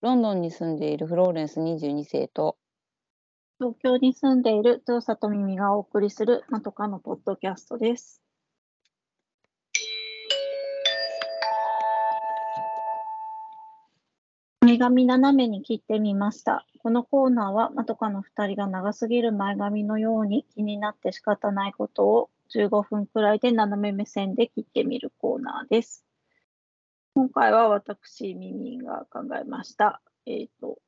ロンドンに住んでいるフローレンス22世と、東京に住んでいる豊里耳がお送りするまとかのポッドキャストです。前髪斜めに切ってみました。このコーナーはまとかの2人が長すぎる前髪のように気になって仕方ないことを15分くらいで斜め目線で切ってみるコーナーです。今回は私、ミミが考えました。えっ、と、好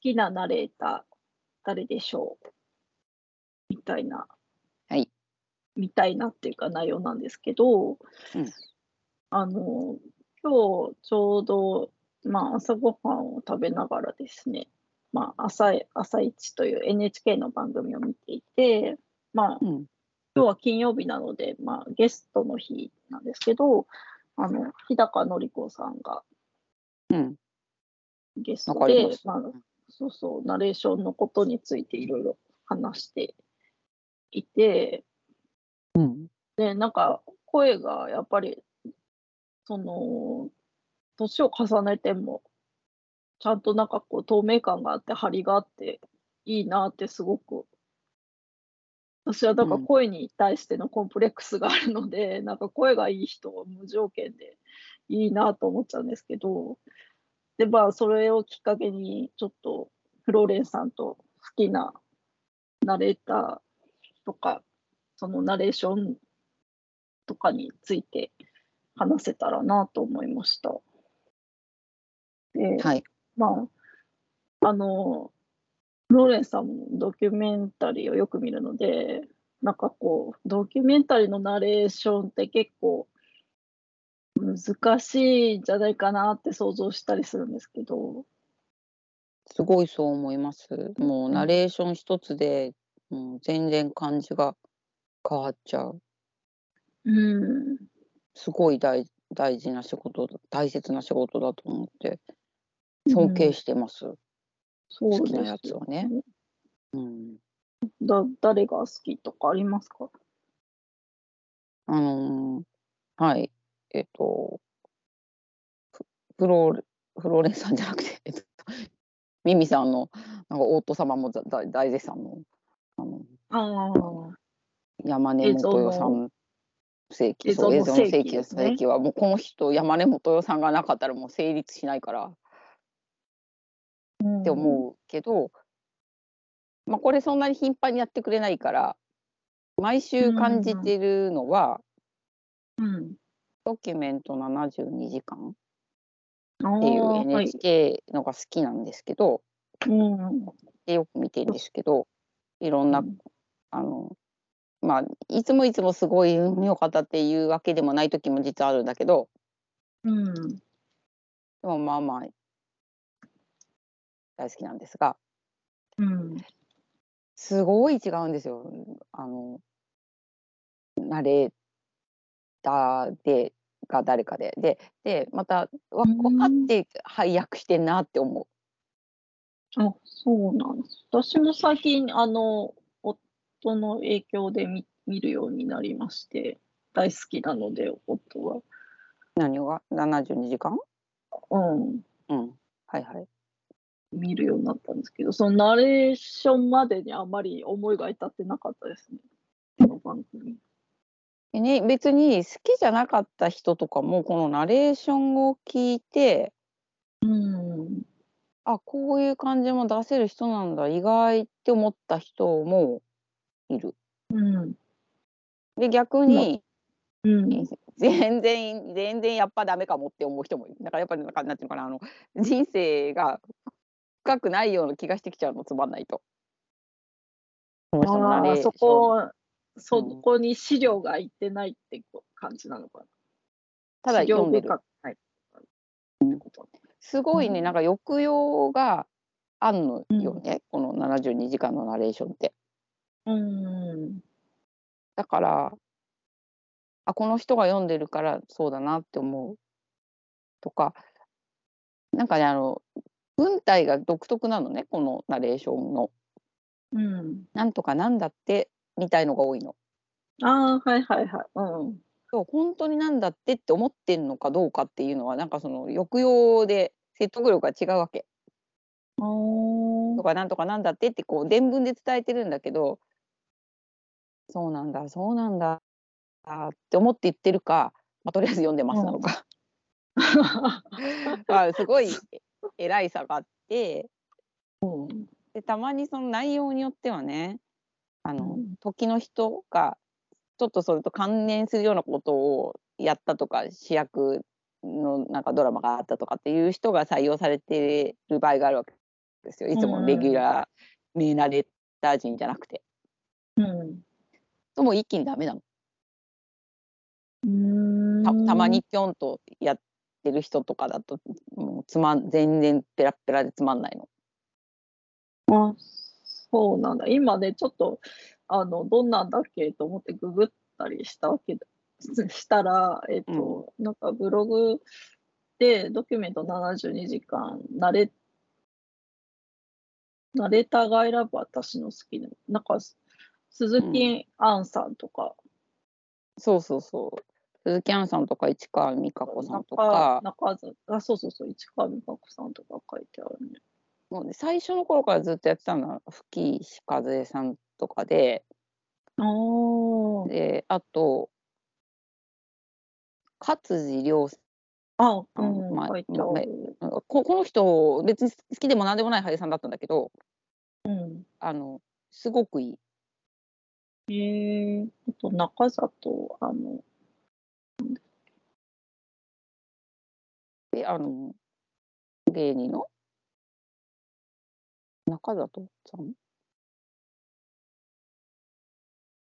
きなナレーター誰でしょうみたいな、はい、みたいなっていうか内容なんですけど、うんあの今日ちょうど、まあ、朝ごはんを食べながらですね、まあ、朝朝一という NHK の番組を見ていて、まあ、うん、今日は金曜日なので、まあ、ゲストの日なんですけどあの日高のり子さんがうん、ゲストわかりでま、すまあ、そうそう、ナレーションのことについていろいろ話していて、うん、で、なんか声がやっぱり、その、年を重ねても、ちゃんとなんかこう透明感があって、張りがあって、いいなってすごく、私はなんかうん声に対してのコンプレックスがあるので、 なんか声がいい人は無条件でいいなと思っちゃうんですけど、で、まあ、それをきっかけに、ちょっと、フローレンさんと好きなナレーターとか、そのナレーションとかについて話せたらなと思いました。で、はい、まあ、あの、ローレンさんもドキュメンタリーをよく見るので、なんかこう、ドキュメンタリーのナレーションって結構難しいんじゃないかなって想像したりするんですけど、すごいそう思います。もうナレーション一つで、もう全然感じが変わっちゃう。うん、すごい大大事な仕事だ、大切な仕事だと思って、尊敬してます。そう好きなでやすつよをね。うん、だ誰が好きとかありますかあのーはい、えっと、フフローレ、フローレンさんじゃなくて、えっと、ミミさんの、なんか、オート様もざ大大絶賛の、あの、ああ、山根映像の元代さん世紀、そう、映映像像のの世紀世紀です、ですね世紀は、もうこの人、山根元代さんがなかったらもう成立しないから、うんって思うけど、まあ、これそんなに頻繁にやってくれないから毎週感じてるのは、うん。ドキュメント72時間っていあうあはい。 NHK のが好きなんですけど、うん。でよく見てるんですけどいろんな、あのまあいつもいつもすごいうん良かったっていうわけでもない時も実はあるんだけどうん。でもまあまあ大好きなんですがうん。すごい違うんですよ。あの、ナレーターで、が誰かで。で、で、また、わ、うん分かって配役してんなって思う。あ、そうなんです。私も最近、あの、夫の影響で見見るようになりまして、大好きなので、夫は。何が ?72 時間うん。うん。はいはい。見るようになったんですけど、そのナレーションまでにあまり思いが至ってなかったですね。この番組。でね、別に好きじゃなかった人とかも、このナレーションを聞いて、うん。あ、こういう感じも出せる人なんだ、意外って思った人もいる。うん。で、逆に、うん。全然全然やっぱダメかもって思う人もいるだからやっぱりなんかなんていうのかなあの人生が深くないような気がしてきちゃうのつまんないと。そのナレあーあ、ションそこ、そうんこに資料がいってないってこう感じなのかな。ただ資料読んでる深くない。すごいねうんなんか抑揚があんのよね、この72時間のナレーションって。うん。だからあこの人が読んでるからそうだなって思うとかなんかねあの文体が独特なのねこのナレーションの。うん。なんとかなんだってみたいのが多いの。ああ、はいはいはい。うん。そう本当になんだってって思ってんのかどうかっていうのはなんかその抑揚で説得力が違うわけ。とおかなんとかなんだってってこう伝文で伝えてるんだけどそうなんだそうなんだって思って言ってるか、まあ、とりあえず読んでますなのか、 まあすごい偉い差があってでたまにその内容によってはねあのうん時の人がちょっとそれと関連するようなことをやったとか主役のなんかドラマがあったとかっていう人が採用されてる場合があるわけですよいつものレギュラー名ナレーター人じゃなくて。 うんともう一気にダメなのうんたたまにぴょんとやってる人とかだともうつまん全然ペラッペラでつまんないの。あそうなんだ。今ね、ちょっと、あの、どんなんだっけと思ってググったりしたわけだ。 したら、えっと、なんかブログでドキュメント72時間、慣れ、慣れたが選ぶ私の好きな、なんか、す鈴木杏さんとか、そうそうそう鈴木杏さんとか市川美香子さんとか中、中津、あ、そうそうそう、市川美香子さんとか書いてあるね。もうね最初の頃からずっとやってたのは吹石和恵さんとかであーであと勝地涼さんあ、あうのん、まあ書いてある。ここの人別に好きでも何でもない俳優さんだったんだけどうん。あのすごくいい。えー、あと中里、あの、であの芸人の中里さん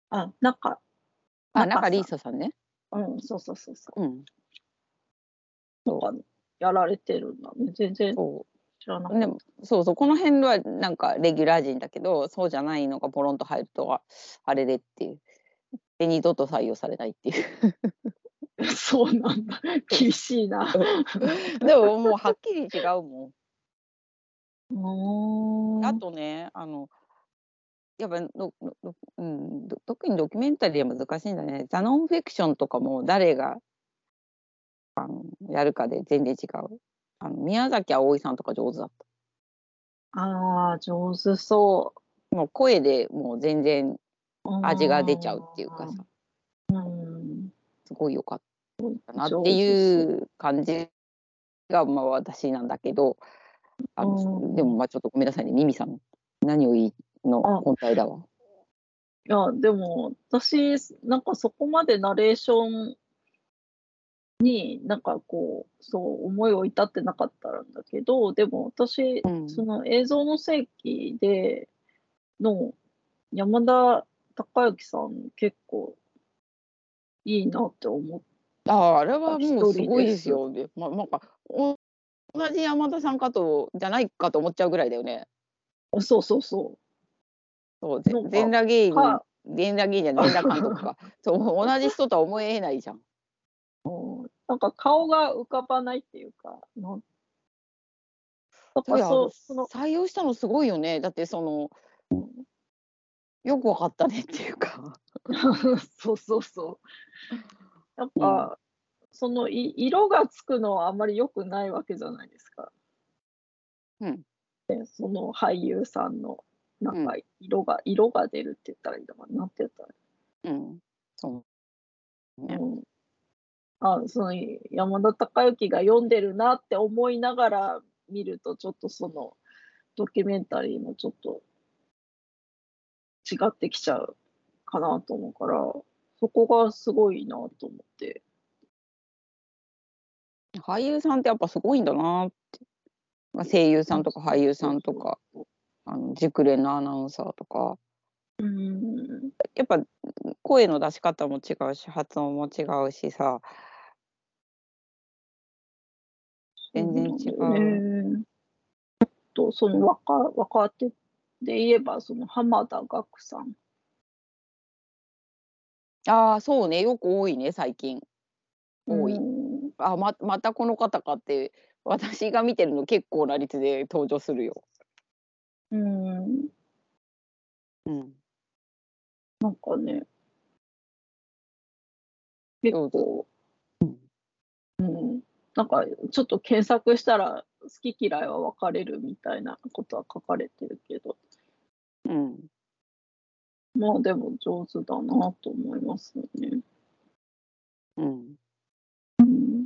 あ、中、あ中さ中ん里依紗さんね。うん、そうそうそうそうん、う、とか、やられてるんだね。全然そ知らなかうっでもそうそうこの辺はなんかレギュラー陣だけどそうじゃないのがポロンと入るとはあれでっていうで二度と採用されないって いうた。 そうなんだ。厳しいな。でももうはっきり違うもおん。ーあとねあのやっぱのののうん、ど特にドキュメンタリーは難しいんだね。ザノンフィクションとかも誰があのやるかで全然違う。あの宮崎あおいさんとか上手だっあー、上手そた。もう声でもう全然う。うん味が出ちゃうっていうかさ、うん。すごい良かったなっていう感じがまあ私なんだけど、あうのんでもまあちょっとごめんなさいね、ミミさん何をいいのあ本体だわ。いや、でも、私、なんかそこまでナレーションに、なんかこう、そう、思いを至ってなかったんだけど、でも私、うんその映像の世紀での山田孝之さん、結構いいなって思っあああれはもうすごいですよ。でまあ、なんかお同じ山田さんかとじゃないかと思っちゃうぐらいだよね。て、そうそうそそうぜなんか全裸芸う。人か、全裸芸人じゃない全裸監督 か。そう同じ人とは思えないじゃん。うんなんか顔が浮かばないっていうか、なんだかそうらやそう、その、採用したのすごいよね。だってそのよくわかったねっていうか。 そうそうそう。やっぱ、そのい色がつくのはあんまり良くないわけじゃないですか。うんでその俳優さんのなんかう色が、色が出るって言ったらいいのかななんて言ったらいうん。そう。いねの、うんあその山田孝之が読んでるなって思いながら見るとちょっとそのドキュメンタリーもちょっと違ってきちゃうかなと思うからそこがすごいなと思って。俳優さんってやっぱすごいんだなって。まあ、声優さんとか俳優さんとかあの熟練のアナウンサーとか。うんやっぱ声の出し方も違うし発音も違うしさ全然違そうなんだよう。ねあと、その若若手で言えば、その浜田岳さん。ああそうねよく多いね最近。多いうんあままたこの方かって私が見てるの結構な率で登場するよ。うん、うん、なんかね、結構、うん、なんかちょっと検索したら好き嫌いは分かれるみたいなことは書かれてるけど、うん。まあでも上手だなと思いますよね。うん。うん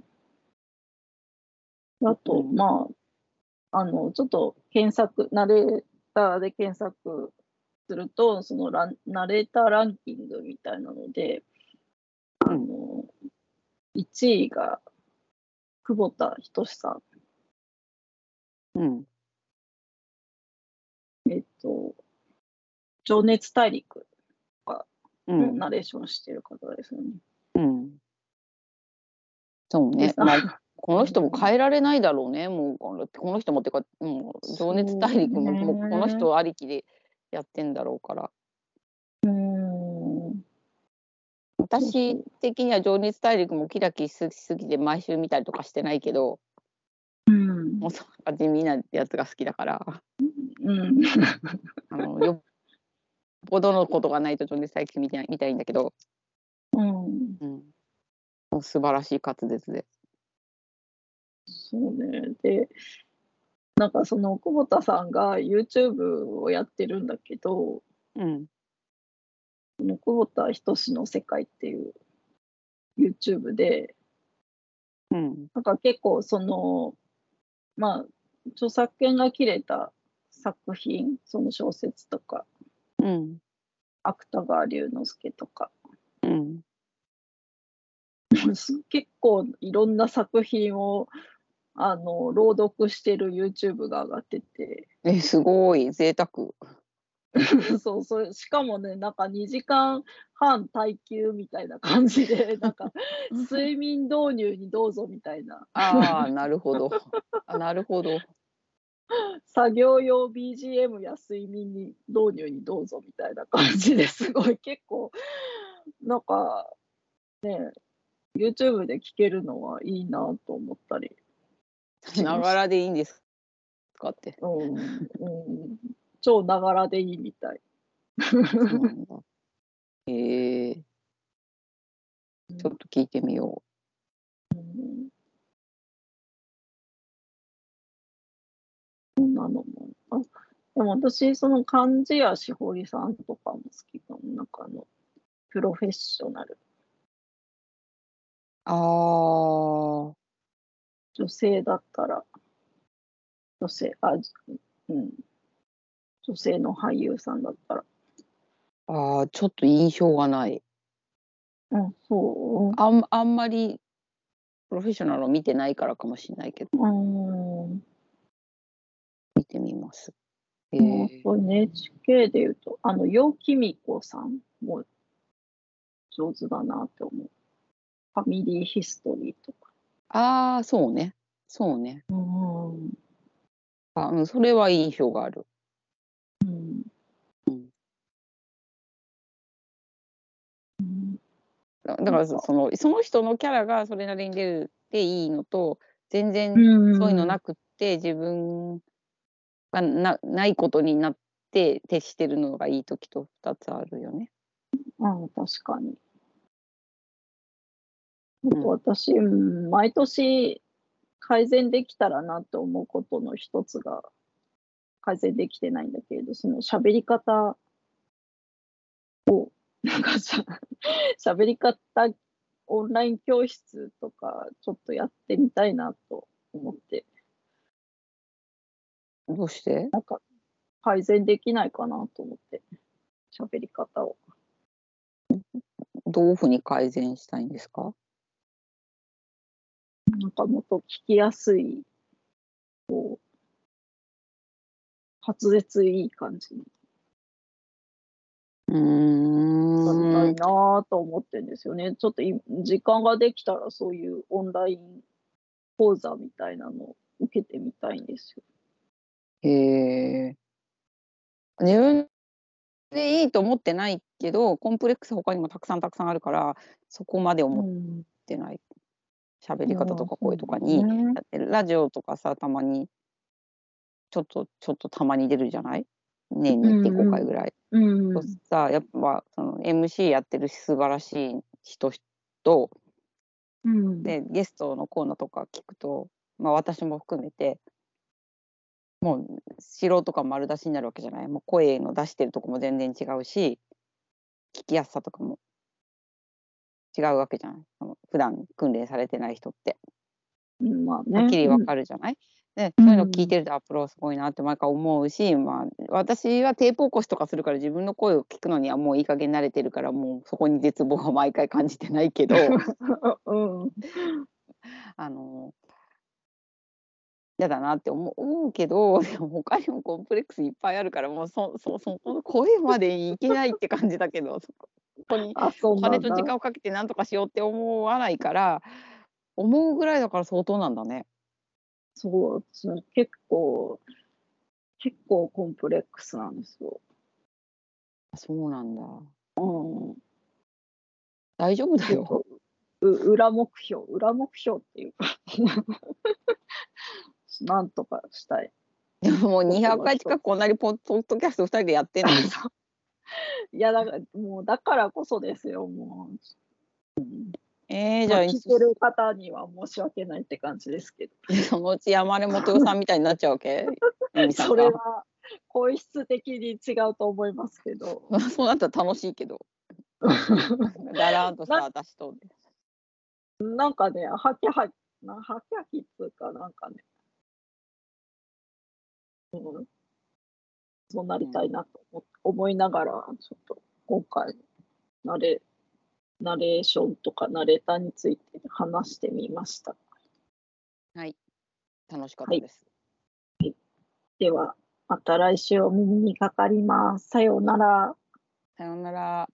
あと、うんまあ、あの、ちょっと検索、ナレーターで検索すると、そのランナレーターランキングみたいなので、あうの、1位が久保田仁さん。うん。えっと、情熱大陸うのん。ナレーションしてる方ですよね。うん。そうねで。まあ、この人も変えられないだろうね。もうこのこの人もってか、もう情熱大陸もそうねもうこの人ありきでやってんだろうから。うん。私的には情熱大陸もキラキラしすぎて毎週見たりとかしてないけど、うんもうそんな地味なやつが好きだ から、うん。あのよっぽどのことがないと情熱大陸見てない見たいんだけど、うんうん、もう素晴らしい滑舌で。そうね。で、なんかその久保田さんが YouTube をやってるんだけど、うん。その久保田仁の世界っていう YouTube で、うん。なんか結構その、まあ、著作権が切れた作品、その小説とか、うん。芥川龍之介とか、 うん。結構いろんな作品を、あの、朗読してる YouTube が上がってて、え、すごい贅沢。 そうそう、しかもね、なんか2時間半耐久みたいな感じで、なんか睡眠導入にどうぞみたいな、ああ、なるほど。あなるほど。作業用 BGM や睡眠に導入にどうぞみたいな感じですごい、結構、なんかね、YouTube で聴けるのはいいなと思ったり、ながらでいいんですかって。うん、うん、超ながらでいいみたい。そうなんだ へえちょっと聞いてみようんそんなのも。あでも私、その漢字やしほりさんとかも好きかも。なんかあの、プロフェッショナル。う。ああ。女性だったら、女性、あ、うん。女性の俳優さんだったら。ああ、ちょっと印象がない。うん、そあんあんまりプロフェッショナルを見てないからかもしれないけど、う。うん。見てみます。へもうえこれ NHK で言うと、あの、楊貴美子さんも上手だなって思う。ファミリーヒストリーとか。ああ、そうね。そうね。うん。あうん、それは印象がある。うんだだからそそのその人のキャラがそれなりに出るっていいのと全然うんそういうのなくって、自分がなないことになって徹してるのがいい時と2つあるよね。うん、確かに。ん私、うん毎年改善できたらなと思うことの一つが、改善できてないんだけれど、その喋り方を、なんかしゃ 喋り方、オンライン教室とか、ちょっとやってみたいなと思って、どうしてなんか改善できないかなと思って、喋り方を。どういうふうに改善したいんですかなんかもっと聞きやすい、こう、滑舌いい感じにうーなりたいんなぁと思ってるんですよね。ちょっとい時間ができたらそういうオンライン講座みたいなのを受けてみたいんですよ。えー自分でいいと思ってないけどコンプレックス他にもたくさんたくさんあるからそこまで思ってない喋り方とか声とかに。うんだってラジオとかさたまにちょっとちょっとたまに出るじゃない年にう1んうん5回ぐらい。うんとさやっぱその MC やってる素晴らしい人とうんでゲストのコーナーとか聞くと、まあ、私も含めてもう素人感丸出しになるわけじゃないもう声の出してるとこも全然違うし聞きやすさとかも違うわけじゃないその普段訓練されてない人ってうんまあね、はっきりわる。かるじゃない、でうんそういうの聞いてるとアプローすごいなって毎回思うし、まあ、私はテープ起こしとかするから自分の声を聞くのにはもういい加減慣れてるからもうそこに絶望は毎回感じてないけど。うん、あの嫌だなって思う思うけど でも他にもコンプレックスいっぱいあるからもうそそそこの声までいけないって感じだけどそ こそこにあ、そうおな金んとだ。時間をかけてなんとかしようって思わないから思うぐらいだから相当なんだね。そう、そう結構、結構コンプレックスなんですよ。そうなんだうん。大丈夫だ 結よ。構う裏目標、裏目標っていうか なんとかしたい。 で ももう200回近くこんなにポッポッドキャスト2人でやってんのにさいや、だから、もう、だからこそですよ、もう。えー、じまゃああ聞いてる方には申し訳ないって感じですけど。そのうち山根元代さんみたいになっちゃうわ けゆみさんそれがは、声質的に違うと思いますけど。 そうなったら楽しいけど。だらーんとさ、私と。なんかね、はきはき、なはきはきっつうか、なんかね、うん、そうなりたいなと思思いながら、ちょっと今回、ナレ、ナレーションとかナレーターについて話してみました。楽しかったです。では、また来週お耳にかかります。さようなら。さようなら。